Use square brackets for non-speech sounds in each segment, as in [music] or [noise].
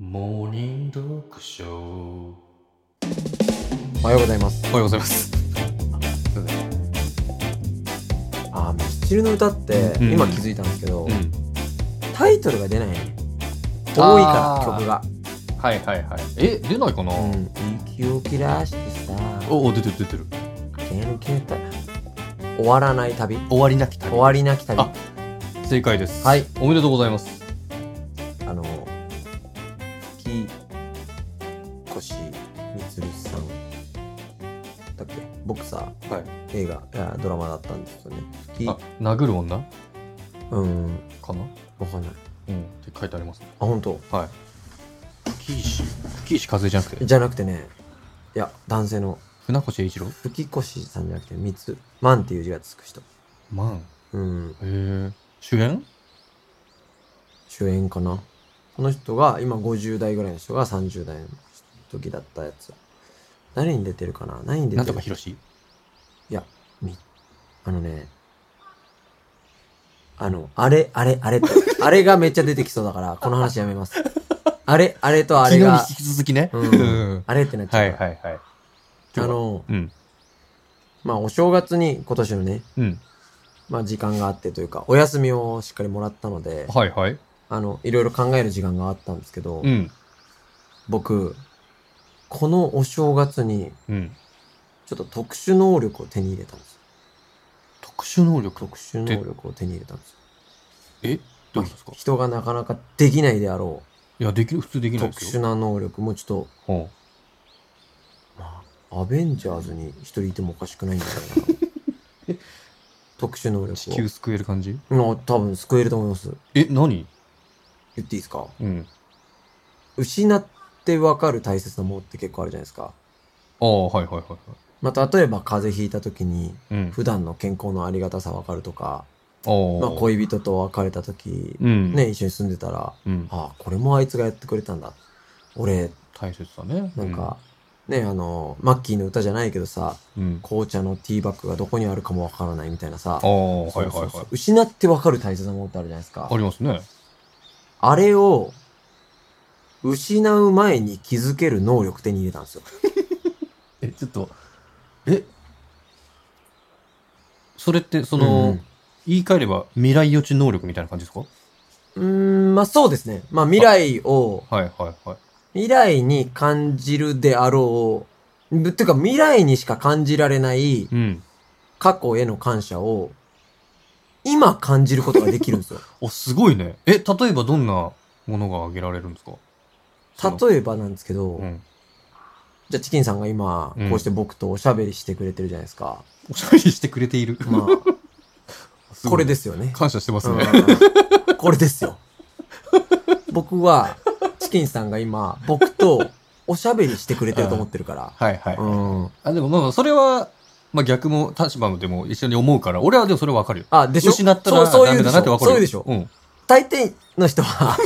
モーニング読書おはようございます。おはようございますあー、ミスチルの歌って、うん今気づいたんですけど、んタイトルが出ないね。あー多いから、曲が。はいはいはいえ出ないかな、うん。息を切らしてさ、おお出てる出てる元気だ終わらない旅終わりなき旅終わりなき旅。あ正解ですはいおめでとうございますあの、月越みつるさんだっけ僕さ、はい映画、いやドラマだったんですよね。月、あ殴る女うん、かなわかんない。うんって書いてありますねあ、本当はい吹石吹石和恵じゃなくてじゃなくてね、いや、男性の船越英一郎吹越さんじゃなくて、三つ、万っていう字がつく人。マンうん、へえ主演主演かな。この人が、今50代ぐらいの人が30代の時だったやつ。誰に出てるかな何に出てるなんとかひろしいや、み、あのね、あの、あれ、あれ、あれって、 [laughs] あれがめっちゃ出てきそうだから、この話やめます。あれ、あれとあれが昨、日に引き続きねうんうんあれってなっちはゃいうから。はいはいあの、うんまあ、お正月に今年のね、うんまあ、時間があってというか、お休みをしっかりもらったので、はいはいあの、いろいろ考える時間があったんですけど、うん僕、このお正月に、うんちょっと特殊能力を手に入れたんですよ。特殊能力特殊能力を手に入れたんですよ。えどういうことですか人がなかなかできないであろいやできる普通できう、ないで特す殊よな能力もちょっ特殊なと、まあ、アベンジャーズに一人いてもおかしくないんじゃないかな。 [laughs] 特殊能力を。地球救える感じまあ多分救えると思います。え何言っていいですかうん失ってわかる大切なものって結構あるじゃないですか。ああはいはいはいはいまあ、例えば風邪ひいた時に、うん普段の健康のありがたさわかるとか、ああまあ、恋人と別れた時、うんね、一緒に住んでたら、うんああ、これもあいつがやってくれたんだ。俺、大切だねなんか、ね、あの、マッキーの歌じゃないけどさ、うん紅茶のティーバッグがどこにあるかもわからないみたいなさあ、あそうはいはいそうそはうい失ってわかる大切なものってあるじゃないですかあ。りますねあれを、失う前に気づける能力手に入れたんですよ。えちょっとえそれってその、うん言い換えれば未来予知能力みたいな感じですかうーん、まあそうですね。まあ未来を、はいはいはい未来に感じるであろう、ぶっていうか未来にしか感じられないうん過去への感謝を、今感じることができるんですよ。おすごいねえ例えばどんなものが挙げられるんですか [laughs] その例えばなんですけど、うんじゃあチキンさんが今うん、こうして僕とおしゃべりしてくれてるじゃないですか。おしゃべりしてくれている、ま [laughs] あ、これですすよねごい。 [laughs] 感謝してますね、うんこれですよ。僕は、チキンさんが今、僕とおしゃべりしてくれてると思ってるから。はいはい、うん。あ、でもまあまあ、それは、まあ逆も立場もでも一緒に思うから、俺はでもそれわかるよ。あ、でしょ失ったらそうそうダいメうでだしなってわょかるそよ。ういうでしょうん。大抵の人は、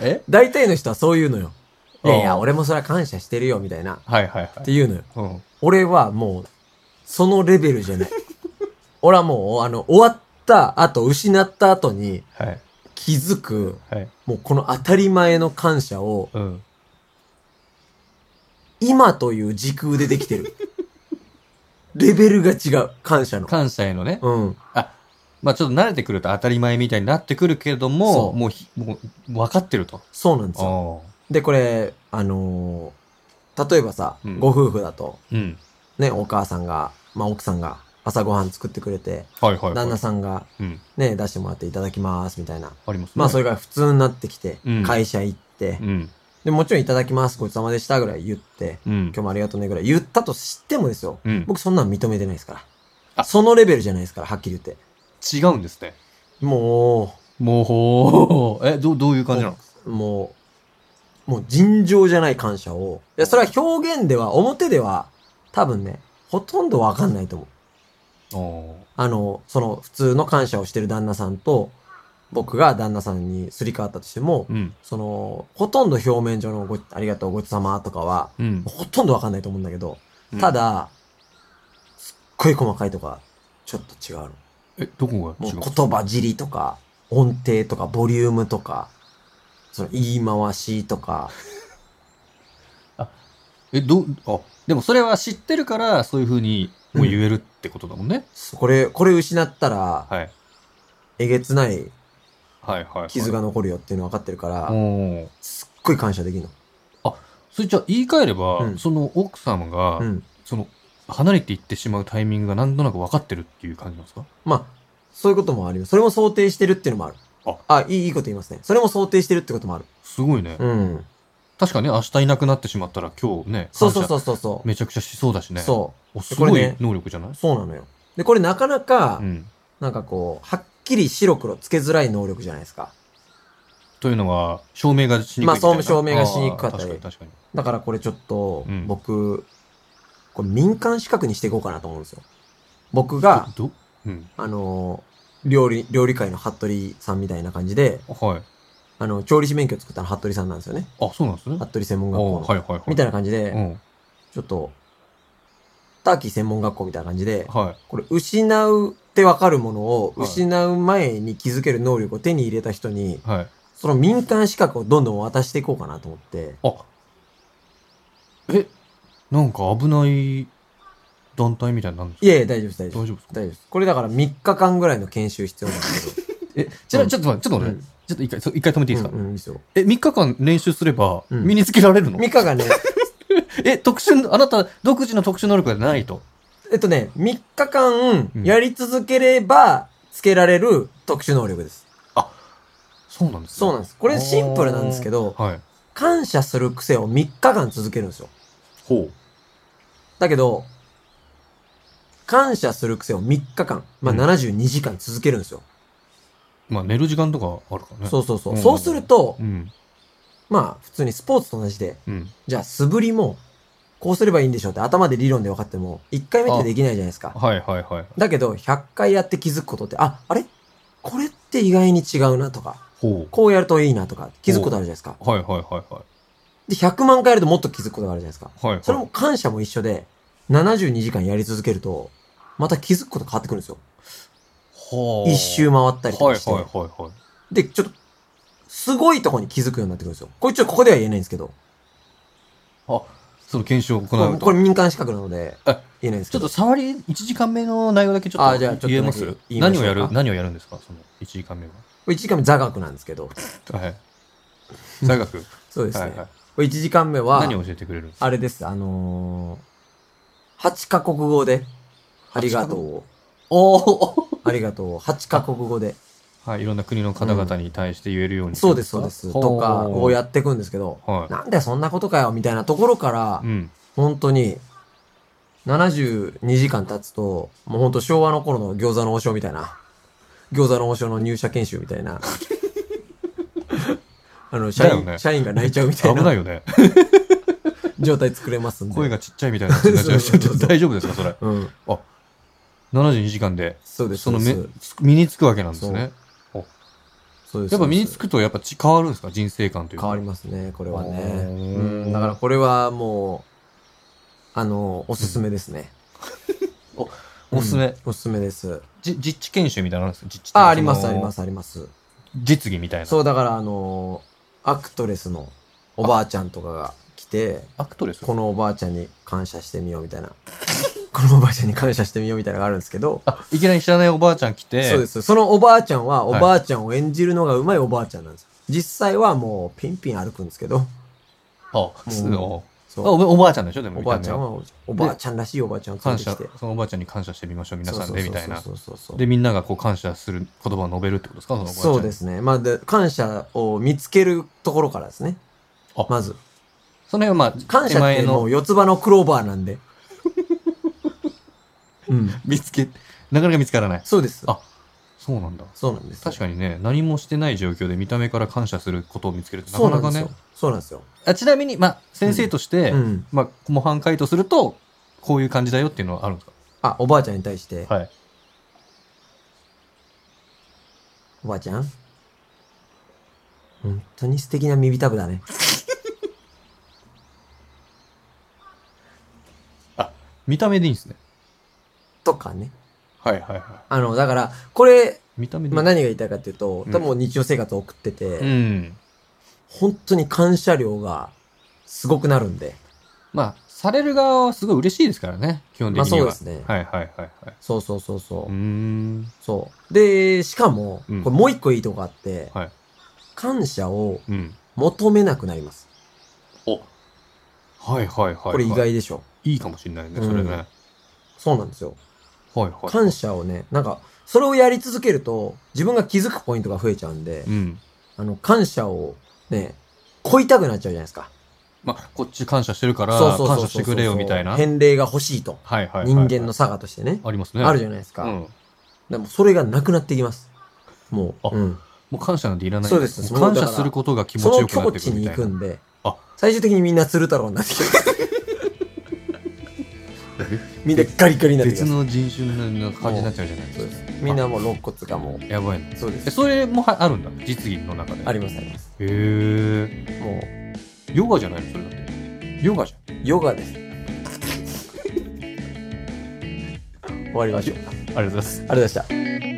え大体の人はそういうのよ。いやいあや、ー俺もそれは感謝してるよ、みたいな。っはいはいはてい。いうのよ。うん。俺はもう、そのレベルじゃない。俺はもう、あの、終わった後、失った後にはい。気づく、はい。もうこの当たり前の感謝を、うん。今という時空でできてる。レベルが違う、感謝の。感謝へのね。うん。まあちょっと慣れてくると当たり前みたいになってくるけれども、そうもうひ、もう、分かってると。そうなんですよ。あで、これ、あのー例えばさ、うんご夫婦だと、あ。うん。ね、お母さんが、まあ奥さんが朝ごはん作ってくれて、はいはい、はい。旦那さんがうん。ね、出してもらっていただきますみたいな。ありますね。まあそれ。れが普通になってきて、うん会社行って、うん。で、もちろんいただきます、ごちそうさまでしたぐらい言って、うん今日。もありがとうねぐらい言ったとしてもですよ。うん。僕そんなん認めてないですかあら。そのレベルじゃないですから、はっきり言って。違うんですね。もう、もうほー。え、どう、どういう感じなのもう、もう尋常じゃない感謝を。いや、それは表現では、表では、多分ね、ほとんどわかんないと思う。ああの、その、普通の感謝をしてる旦那さんと、僕が旦那さんにすり替わったとしてもあ。、うん。その、ほとんど表面上のご、ありがとうごちそうさまとかは、うん。ほとんどわかんないと思うんだけど、ただ、すっごい細かいとか、ちょっと違うの。うん。え、どこが違もうう言葉尻とか、音程とか、ボリュームとか、その言い回しとか、え、ど、あ、でもそれは知ってるから、そういうふうにもう言えるってことだもんね。これ、これ失ったら、はい。えげつないはいはい、はい。傷が残るよっていうの分かってるから、おーすっごい感謝できるの。それじゃあ言い換えれば、うんその奥様が、うん。その、離れていってしまうタイミングがなんとなく分かってるっていう感じなんですかまあ、そういうこともあります。それも想定してるっていうのもある。あいい、いいこと言いますね。それも想定してるってこともある。すごいね。うん。確かね、明日いなくなってしまったら今日ね、そうそう感謝そうそうそう。めちゃくちゃしそうだしね。そおすこれごね。、い能力じゃないうそうなのよ。で、これなかなか、うん。なんかこう、はっきり白黒つけづらい能力じゃないですか。というのは、証明がしにくいみたいな。まあそう証明がしにくかったありー確かに確かに。だからこれちょっとう、ん僕、これ民間資格にしていこうかなと思うんですよ。僕が、ど、どうん。あのー料理、料理界の服部さんみたいな感じで、はい。あの、調理師免許作ったの服部さんなんですよね。あ、そうなんですね。服部専門あ学校の。ーはいはいはい。みたいな感じで、うん。ちょっと、ターキー専門学校みたいな感じで、はい。これ、失うってわかるものを、はい失う前に気づける能力を手に入れた人に、はい。その民間資格をどんどん渡していこうかなと思って、あえなんか危ない団体みたいになるんですいやいや、大丈夫です、大丈か夫大丈夫です。ですか大丈夫です。これだから3日間ぐらいの研修必要なんですけど。え、ちょ、ちょっと待って、ちょっと待って、うんちょっと一回、そう一回止めていいですか、うん、うんいいですよ。え、3日間練習すればうん身につけられるの、 3日間ね、 [laughs] え、特殊な、あなた独自の特殊能力がないと。えっとね、3日間うんやり続ければ、つけられる特殊能力です。そうなんですねそうなんです。これシンプルなんですけど、はい。感謝する癖を3日間続けるんですよ。ほだけど、感謝する癖を3日間、まあ、うん72時間続けるんですよ。う。まあ、寝る時間とかあるからね。そうそうそう。うんそうすると、うん。まあ、普通にスポーツと同じで、うん。じゃあ素振りも、こうすればいいんでしょうって頭で理論で分かっても、1回目ってできないじゃないですか。はいはいはい。だけど、100回やって気づくことって、あ、あれこれって意外に違うなとか、ほう。こうやるといいなとか、気づくことあるじゃないですか。はいはいはいはい。で、100万回やるともっと気づくことがあるじゃないですか。はい、はい。それも感謝も一緒で、72時間やり続けると、また気づくこと変わってくるんですよ。はあ一周回ったりとはかいして。はいはいはい。で、ちょっと、すごいとこに気づくようになってくるんですよ。これちょっとここでは言えないんですけど、その検証を行こうれと。これ民間資格なのであ、言えないんですちょけっど。と触り、1時間目の内容だけちょあっじゃあちょとっと言えますだけ言いまし何ょをうかやる、何をやるんですかその1時間目は。これ1時間目座学なんですけど、はい。大学。そうですね。はいはい。これ1時間目は、何を教えてくれるんですかあれです、あのー、8カ国語で、ありがとうを、おおありがとうを、8カ国語で、はい、いろんな国の方々に対して言えるように、そうです、そうです、とかをやっっていくんですけど、はい。なんでそんなことかよ、みたいなところからう、ん。本当に、72時間経つと、もう本当昭和の頃の餃子の王将みたいな、餃子の王将の入社研修みたい [laughs] な、あの、社員、だよね社員が泣いちゃうみた危いなないよ [laughs] ね。状態作れますんで。声がちっちゃいみたいな感じになっちゃうそうそうそうそう大丈夫ですかそれ。うん、 72時間で、そうです、そのそうめです。つ身につくわけなんですね。そうですやっぱ身にそうですつくと、やっぱち変わるんですか人生観というか。変わりますね、これはね。おーうん、だからこれはもう、あの、おすすめですね。おすすめ。おすすめです。じ実地研修みたいなのあるんですか実地っていうかあ、あります、そあのります、あります。実技みたいな。そう、だからあの、アクトレスのおばあちゃんとかが来て、アクトレスこのおばあちゃんに感謝してみようみたいな。 [laughs] このおばあちゃんに感謝してみようみたいなのがあるんですけど、あ、いきなり知らないおばあちゃん来て、そうです。そのおばあちゃんは、おはいばあちゃんを演じるのがうまいおばあちゃんなんですよ。実際はもう、ピンピン歩くんですけど、あ、そうもあそう。おおばあちゃんでしょでもおばあちゃん見は、おばあちゃんらしいおばあちゃんをた目連はれて感謝きて。、そのおばあちゃんに感謝してみましょう、皆さんで、みたいなそ。うそうそうそうそうで、みんながこう感謝する言葉を述べるってことですかそのおばあちゃんに。そうですね。まあ、で、感謝を見つけるところからですね。あまず。その辺はまあ、感謝手っ前てものう四つ葉のクローバーなんで。 [laughs] うん。見つけ、なかなか見つからない。そうです。あそうなんだ。そうなんです。確かかにね、何もしてない状況で見た目から感謝することを見つけるってなそかうななんでかすねよ。。そうなんですよ。あちなみに、まあ、先生として、うん。まあ、模範解答すると、こういう感じだよっていうのはあるんですあ、おばあちゃんに対して、かはい。おばあちゃん本当に素敵な耳たぶだね。見た目でいいんですね。とかね。はいはいはあの、だから、これ、い。見た目でいいまあ、何が言いたいかっていうと、うん多分もう日常生活を送ってて、うん。本当に感謝量がすごくなるんで。まあ、される側はすごい嬉しいですからね、基本的にまあは。そうですね。はいはいはいはい。そうそうそうそううー。ん。そう。で、しかも、うんこれもう一個いいとこあって、はい。感謝をうん。求めなくなります。おはいはいはい、はい。これ意外でしょ。いいかもしれないね、それね。うんはいそうなんですよ。はい。感謝をね、なんか、それをやり続けると、自分が気づくポイントが増えちゃうんで、うん。あの、感謝をね、恋たくなっちゃうじゃないですか。まあ、こっち感謝してるから、そうそうそうそう。感謝してくれよみたいな。はい返礼が欲しいと。はいはい。人間の。差がとしてね。ありますね。あるじゃゃないですなうか。ん。もでもそれがなくなっていきます。もう、あうんう感謝なんていらない。そうですもその感だ謝からすることが気持そちよくなの境ってく地るみにた行いくな。んであ、最終的にみんな鶴太郎になってきます。みんなガリガリになって別きます。の人種の感じになっちゃうじゃないですそうかで。す。みんなもう肋骨がもやばいねう、そうでえす。それもはあるんだ。実技の中で。ありますあります。へえ。もヨガじゃないのそれだって。ヨガじゃん。う、ヨガ [laughs] です。終わりましょう。あありがとうりがとうございます。ございました。